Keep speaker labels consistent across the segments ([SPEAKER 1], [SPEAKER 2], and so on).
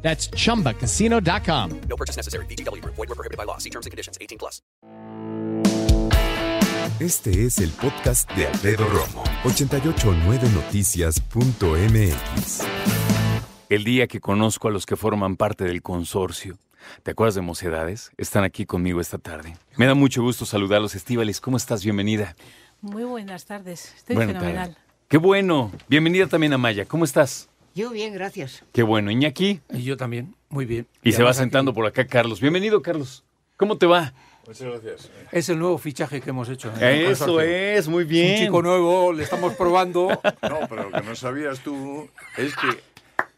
[SPEAKER 1] That's chumbacasino.com.
[SPEAKER 2] No purchase necessary. BGW. Void were prohibited by law. See terms and conditions. 18 plus.
[SPEAKER 3] Este es el podcast de Alfredo Romo, 889noticias.mx.
[SPEAKER 4] El día que conozco a los que forman parte del consorcio. ¿Te acuerdas de Mocedades? Están aquí conmigo esta tarde. Me da mucho gusto saludarlos, Estíbales. ¿Cómo estás? Bienvenida.
[SPEAKER 5] Muy buenas tardes, estoy
[SPEAKER 4] Buena
[SPEAKER 5] fenomenal.
[SPEAKER 4] tarde. Qué bueno. Bienvenida también a Maya. ¿Cómo estás?
[SPEAKER 6] Yo bien, gracias.
[SPEAKER 4] Qué bueno. Iñaki.
[SPEAKER 7] Y yo también, muy bien.
[SPEAKER 4] Y, se va
[SPEAKER 7] además
[SPEAKER 4] sentando por acá Carlos. Bienvenido, Carlos. ¿Cómo te va?
[SPEAKER 7] aquí Es el nuevo fichaje que hemos hecho. en el
[SPEAKER 4] Eso
[SPEAKER 7] consorcio.
[SPEAKER 4] es, muy
[SPEAKER 7] Un
[SPEAKER 4] bien.
[SPEAKER 7] chico nuevo, le estamos probando.
[SPEAKER 8] No, pero lo que no sabías tú es que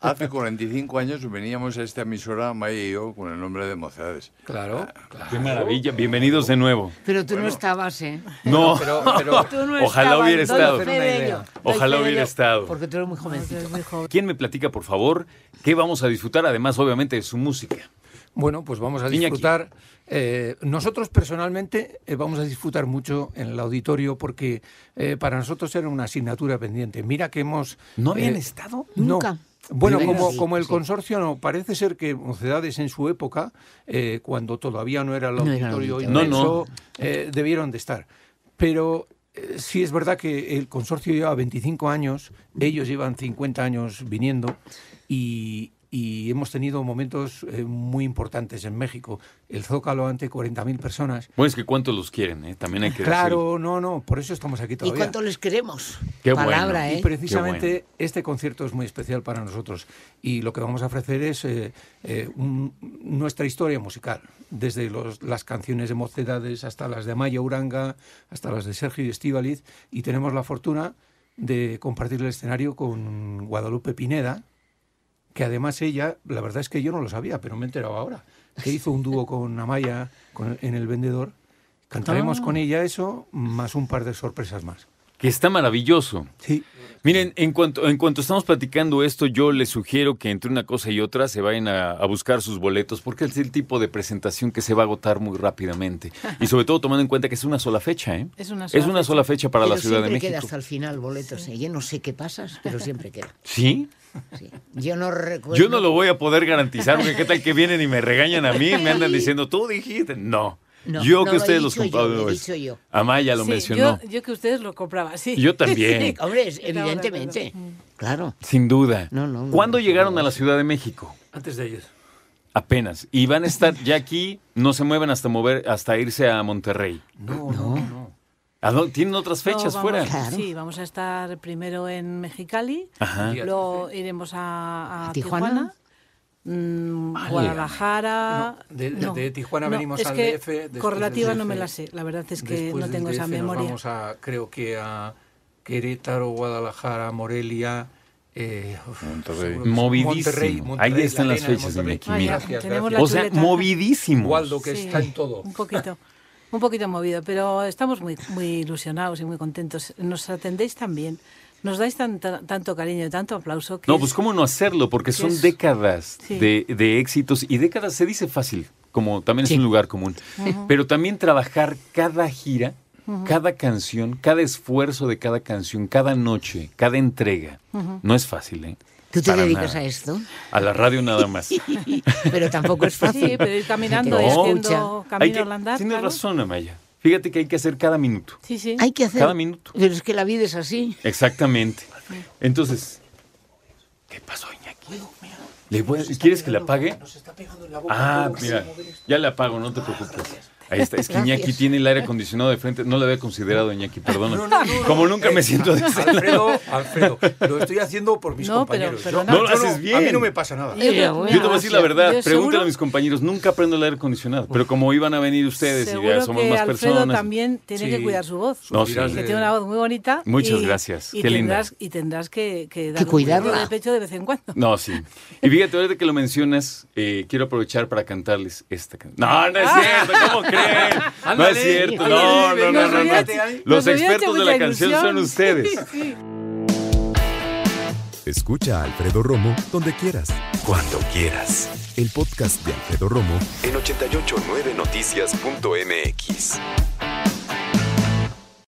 [SPEAKER 8] hace 45 años veníamos a esta emisora, Maya y yo, con el nombre de Mocedades.
[SPEAKER 7] Claro, claro.
[SPEAKER 4] Qué maravilla. Bienvenidos de nuevo.
[SPEAKER 6] Pero tú no estabas, ¿eh?
[SPEAKER 4] No,
[SPEAKER 7] Pero, pero
[SPEAKER 5] Tú no
[SPEAKER 4] ojalá
[SPEAKER 5] estabas,
[SPEAKER 4] hubiera
[SPEAKER 5] doy
[SPEAKER 4] estado.
[SPEAKER 5] fe
[SPEAKER 7] Una
[SPEAKER 5] de
[SPEAKER 7] idea.
[SPEAKER 5] ello.
[SPEAKER 4] Ojalá
[SPEAKER 6] Doy fe de
[SPEAKER 4] hubiera
[SPEAKER 6] ello,
[SPEAKER 4] estado.
[SPEAKER 6] Porque tú eres muy jovencito.
[SPEAKER 5] Eres muy joven.
[SPEAKER 4] ¿Quién me platica, por favor, qué vamos a disfrutar? Además, obviamente, de su música.
[SPEAKER 7] bueno, pues vamos a
[SPEAKER 4] Iñaki.
[SPEAKER 7] disfrutar. eh, nosotros personalmente eh, vamos a disfrutar mucho en el auditorio porque eh, para nosotros era una asignatura pendiente. Mira que hemos...
[SPEAKER 4] ¿No habían
[SPEAKER 7] eh,
[SPEAKER 4] estado?
[SPEAKER 7] No.
[SPEAKER 6] Nunca.
[SPEAKER 7] Bueno,
[SPEAKER 6] Nunca.
[SPEAKER 7] como,
[SPEAKER 6] Sí,
[SPEAKER 7] como el
[SPEAKER 6] sí.
[SPEAKER 7] consorcio no, parece ser que Mocedades en su época, eh, cuando todavía no era el
[SPEAKER 6] No era el
[SPEAKER 7] auditorio
[SPEAKER 6] auditorio.
[SPEAKER 4] No,
[SPEAKER 7] inmenso, eh, debieron de estar. Pero eh, sí es verdad que el consorcio lleva 25 años, ellos llevan 50 años viniendo y, y hemos tenido momentos eh, muy importantes en México. El Zócalo ante 40.000 personas.
[SPEAKER 4] Bueno, es que cuántos los quieren, ¿eh? También hay que
[SPEAKER 7] Claro, no, no, por eso estamos aquí
[SPEAKER 6] ¿Y
[SPEAKER 7] todavía.
[SPEAKER 6] cuánto les queremos?
[SPEAKER 4] Qué
[SPEAKER 6] Palabra,
[SPEAKER 4] bueno.
[SPEAKER 6] ¿eh?
[SPEAKER 7] Y precisamente
[SPEAKER 4] Qué
[SPEAKER 7] este concierto es muy especial para nosotros y lo que vamos a ofrecer es eh, eh, un- nuestra historia musical, desde los- las canciones de Mocedades hasta las de Amaya Uranga, hasta las de Sergio y Estíbaliz, y tenemos la fortuna de compartir el escenario con Guadalupe Pineda, que además ella, la verdad es que yo no lo sabía, pero me he enterado ahora, que hizo un dúo con Amaya con- en El Vendedor. Cantaremos con ella eso, más un par de sorpresas más.
[SPEAKER 4] decir. Que está maravilloso.
[SPEAKER 7] Sí.
[SPEAKER 4] Miren, en cuanto, en cuanto estamos platicando esto, yo les sugiero que entre una cosa y otra se vayan a, a buscar sus boletos, porque es el tipo de presentación que se va a agotar muy rápidamente. Y sobre todo tomando en cuenta que es una sola fecha, ¿eh?
[SPEAKER 5] Es una sola fecha.
[SPEAKER 4] sola fecha para
[SPEAKER 6] pero
[SPEAKER 4] la Ciudad de
[SPEAKER 6] siempre queda
[SPEAKER 4] México.
[SPEAKER 6] hasta el final boletos, ¿eh? Yo no sé qué pasas, pero siempre queda.
[SPEAKER 4] ¿Sí?
[SPEAKER 6] sí. Yo no recuerdo.
[SPEAKER 4] Yo no lo voy a poder garantizar, porque qué tal que vienen y me regañan a mí, me andan diciendo, tú dijiste. No.
[SPEAKER 6] No,
[SPEAKER 4] yo
[SPEAKER 6] no
[SPEAKER 4] que
[SPEAKER 6] lo he
[SPEAKER 4] ustedes los
[SPEAKER 6] dicho yo,
[SPEAKER 4] compraron.
[SPEAKER 6] lo he dicho yo.
[SPEAKER 4] Amaya lo
[SPEAKER 5] Sí,
[SPEAKER 4] mencionó.
[SPEAKER 5] Yo, yo que ustedes lo compraba, sí.
[SPEAKER 4] Yo también.
[SPEAKER 5] Sí.
[SPEAKER 6] Hombre, es-
[SPEAKER 5] Estamos de
[SPEAKER 6] evidentemente. Claro.
[SPEAKER 4] Sin duda.
[SPEAKER 6] No, no, no,
[SPEAKER 4] ¿Cuándo
[SPEAKER 6] no,
[SPEAKER 4] llegaron
[SPEAKER 6] no.
[SPEAKER 4] a la Ciudad de México?
[SPEAKER 7] Antes de ellos.
[SPEAKER 4] Apenas. Y van a estar ya aquí, no se mueven hasta mover, hasta irse a Monterrey.
[SPEAKER 7] No, no, no.
[SPEAKER 4] ¿A dónde- ¿Tienen otras
[SPEAKER 5] No,
[SPEAKER 4] fechas
[SPEAKER 5] vamos-
[SPEAKER 4] fuera?
[SPEAKER 6] Claro.
[SPEAKER 5] Sí, vamos a estar primero en Mexicali,
[SPEAKER 4] Ajá.
[SPEAKER 5] luego iremos a, a
[SPEAKER 6] ¿A
[SPEAKER 5] Tijuana,
[SPEAKER 6] Tijuana?
[SPEAKER 5] mm,
[SPEAKER 4] Vale.
[SPEAKER 5] Guadalajara.
[SPEAKER 7] No, de- de Tijuana venimos
[SPEAKER 5] es
[SPEAKER 7] al
[SPEAKER 5] que
[SPEAKER 7] DF, después
[SPEAKER 5] Correlativa
[SPEAKER 7] del
[SPEAKER 5] no me
[SPEAKER 7] DF.
[SPEAKER 5] la sé, la verdad es que
[SPEAKER 7] Después
[SPEAKER 5] no
[SPEAKER 7] del
[SPEAKER 5] tengo esa
[SPEAKER 7] DF nos
[SPEAKER 5] memoria.
[SPEAKER 7] Vamos a, creo que a Querétaro, Guadalajara, Morelia. eh, uf,
[SPEAKER 8] Monterrey.
[SPEAKER 7] seguro que sí.
[SPEAKER 4] Movidísimo.
[SPEAKER 7] Monterrey, Monterrey,
[SPEAKER 4] Ahí están
[SPEAKER 7] la
[SPEAKER 4] las
[SPEAKER 7] arena de
[SPEAKER 4] fechas,
[SPEAKER 7] Monterrey.
[SPEAKER 4] Iñaki, mira.
[SPEAKER 7] Gracias,
[SPEAKER 5] Tenemos
[SPEAKER 7] gracias.
[SPEAKER 4] O sea,
[SPEAKER 5] chuleta.
[SPEAKER 4] movidísimos.
[SPEAKER 7] Waldo, que
[SPEAKER 5] Sí,
[SPEAKER 7] está en todo.
[SPEAKER 5] Un poquito, un poquito movido, pero estamos muy, muy ilusionados y muy contentos. Nos atendéis también, nos dais tan- tan- tanto cariño y tanto aplauso. Que
[SPEAKER 4] No,
[SPEAKER 5] es-
[SPEAKER 4] pues cómo no hacerlo, porque son
[SPEAKER 5] es-
[SPEAKER 4] décadas
[SPEAKER 5] Sí.
[SPEAKER 4] de, de éxitos y décadas se dice fácil, como también es un lugar común. Pero también trabajar cada gira, cada canción, cada esfuerzo de cada canción, cada noche, cada entrega. No es fácil, ¿eh?
[SPEAKER 6] ¿Tú te
[SPEAKER 4] Para
[SPEAKER 6] dedicas
[SPEAKER 4] nada.
[SPEAKER 6] a esto?
[SPEAKER 4] A la radio nada más.
[SPEAKER 6] pero tampoco es fácil.
[SPEAKER 5] Sí, pero ir caminando
[SPEAKER 4] No.
[SPEAKER 5] y haciendo
[SPEAKER 6] Escucha.
[SPEAKER 4] Hay
[SPEAKER 5] camino
[SPEAKER 4] que-
[SPEAKER 5] al andar.
[SPEAKER 4] Tienes
[SPEAKER 5] claro.
[SPEAKER 4] razón, Amaya. Fíjate que hay que hacer cada minuto.
[SPEAKER 5] Sí, sí.
[SPEAKER 6] Hay que hacer.
[SPEAKER 4] Cada minuto.
[SPEAKER 6] Pero es que la vida es así.
[SPEAKER 4] Exactamente. Entonces, ¿qué pasó, Iñaki? Le voy a- ¿Quieres que la apague? Ah, mira, ya la apago, no te preocupes. Ahí está, es que Iñaki
[SPEAKER 6] Gracias.
[SPEAKER 4] tiene el aire acondicionado de frente. No lo había considerado, Iñaki, perdona. Como nunca me siento de ese lado.
[SPEAKER 7] Alfredo, Alfredo, lo estoy haciendo por mis
[SPEAKER 5] No,
[SPEAKER 7] compañeros.
[SPEAKER 5] pero
[SPEAKER 7] Yo-
[SPEAKER 5] perdona.
[SPEAKER 4] No lo
[SPEAKER 7] yo
[SPEAKER 4] haces bien.
[SPEAKER 7] A mí no me pasa nada.
[SPEAKER 6] Mira,
[SPEAKER 5] creo-
[SPEAKER 6] bueno.
[SPEAKER 4] Yo te voy a decir la verdad,
[SPEAKER 5] yo
[SPEAKER 4] pregúntale
[SPEAKER 5] seguro-
[SPEAKER 4] a mis compañeros, nunca aprendo el aire acondicionado, pero como iban a venir ustedes y
[SPEAKER 5] seguro
[SPEAKER 4] ya somos
[SPEAKER 5] que
[SPEAKER 4] más
[SPEAKER 5] Alfredo
[SPEAKER 4] personas.
[SPEAKER 5] también tiene
[SPEAKER 7] Sí.
[SPEAKER 5] que cuidar su voz.
[SPEAKER 4] No,
[SPEAKER 7] Suspiras
[SPEAKER 4] sí.
[SPEAKER 5] Que
[SPEAKER 7] de-
[SPEAKER 5] tiene una voz muy bonita.
[SPEAKER 4] Muchas gracias,
[SPEAKER 5] Y
[SPEAKER 4] qué linda.
[SPEAKER 5] tendrás, y tendrás que, que dar
[SPEAKER 6] Que
[SPEAKER 5] un cuidado
[SPEAKER 6] cuidarla.
[SPEAKER 5] de pecho de vez en cuando.
[SPEAKER 4] No, sí. Y fíjate, ahorita que lo mencionas, eh, quiero aprovechar para cantarles esta canción. No, no es cierto, ¿cómo No es cierto, no, no, no,
[SPEAKER 5] Nos
[SPEAKER 4] no. no.
[SPEAKER 5] hubiera hecho-
[SPEAKER 4] Los
[SPEAKER 5] nos hubiera hecho
[SPEAKER 4] expertos de la
[SPEAKER 5] mucha
[SPEAKER 4] canción son
[SPEAKER 5] ilusión.
[SPEAKER 4] ustedes.
[SPEAKER 3] Escucha a Alfredo Romo donde quieras. Cuando quieras. El podcast de Alfredo Romo
[SPEAKER 9] en 889noticias.mx.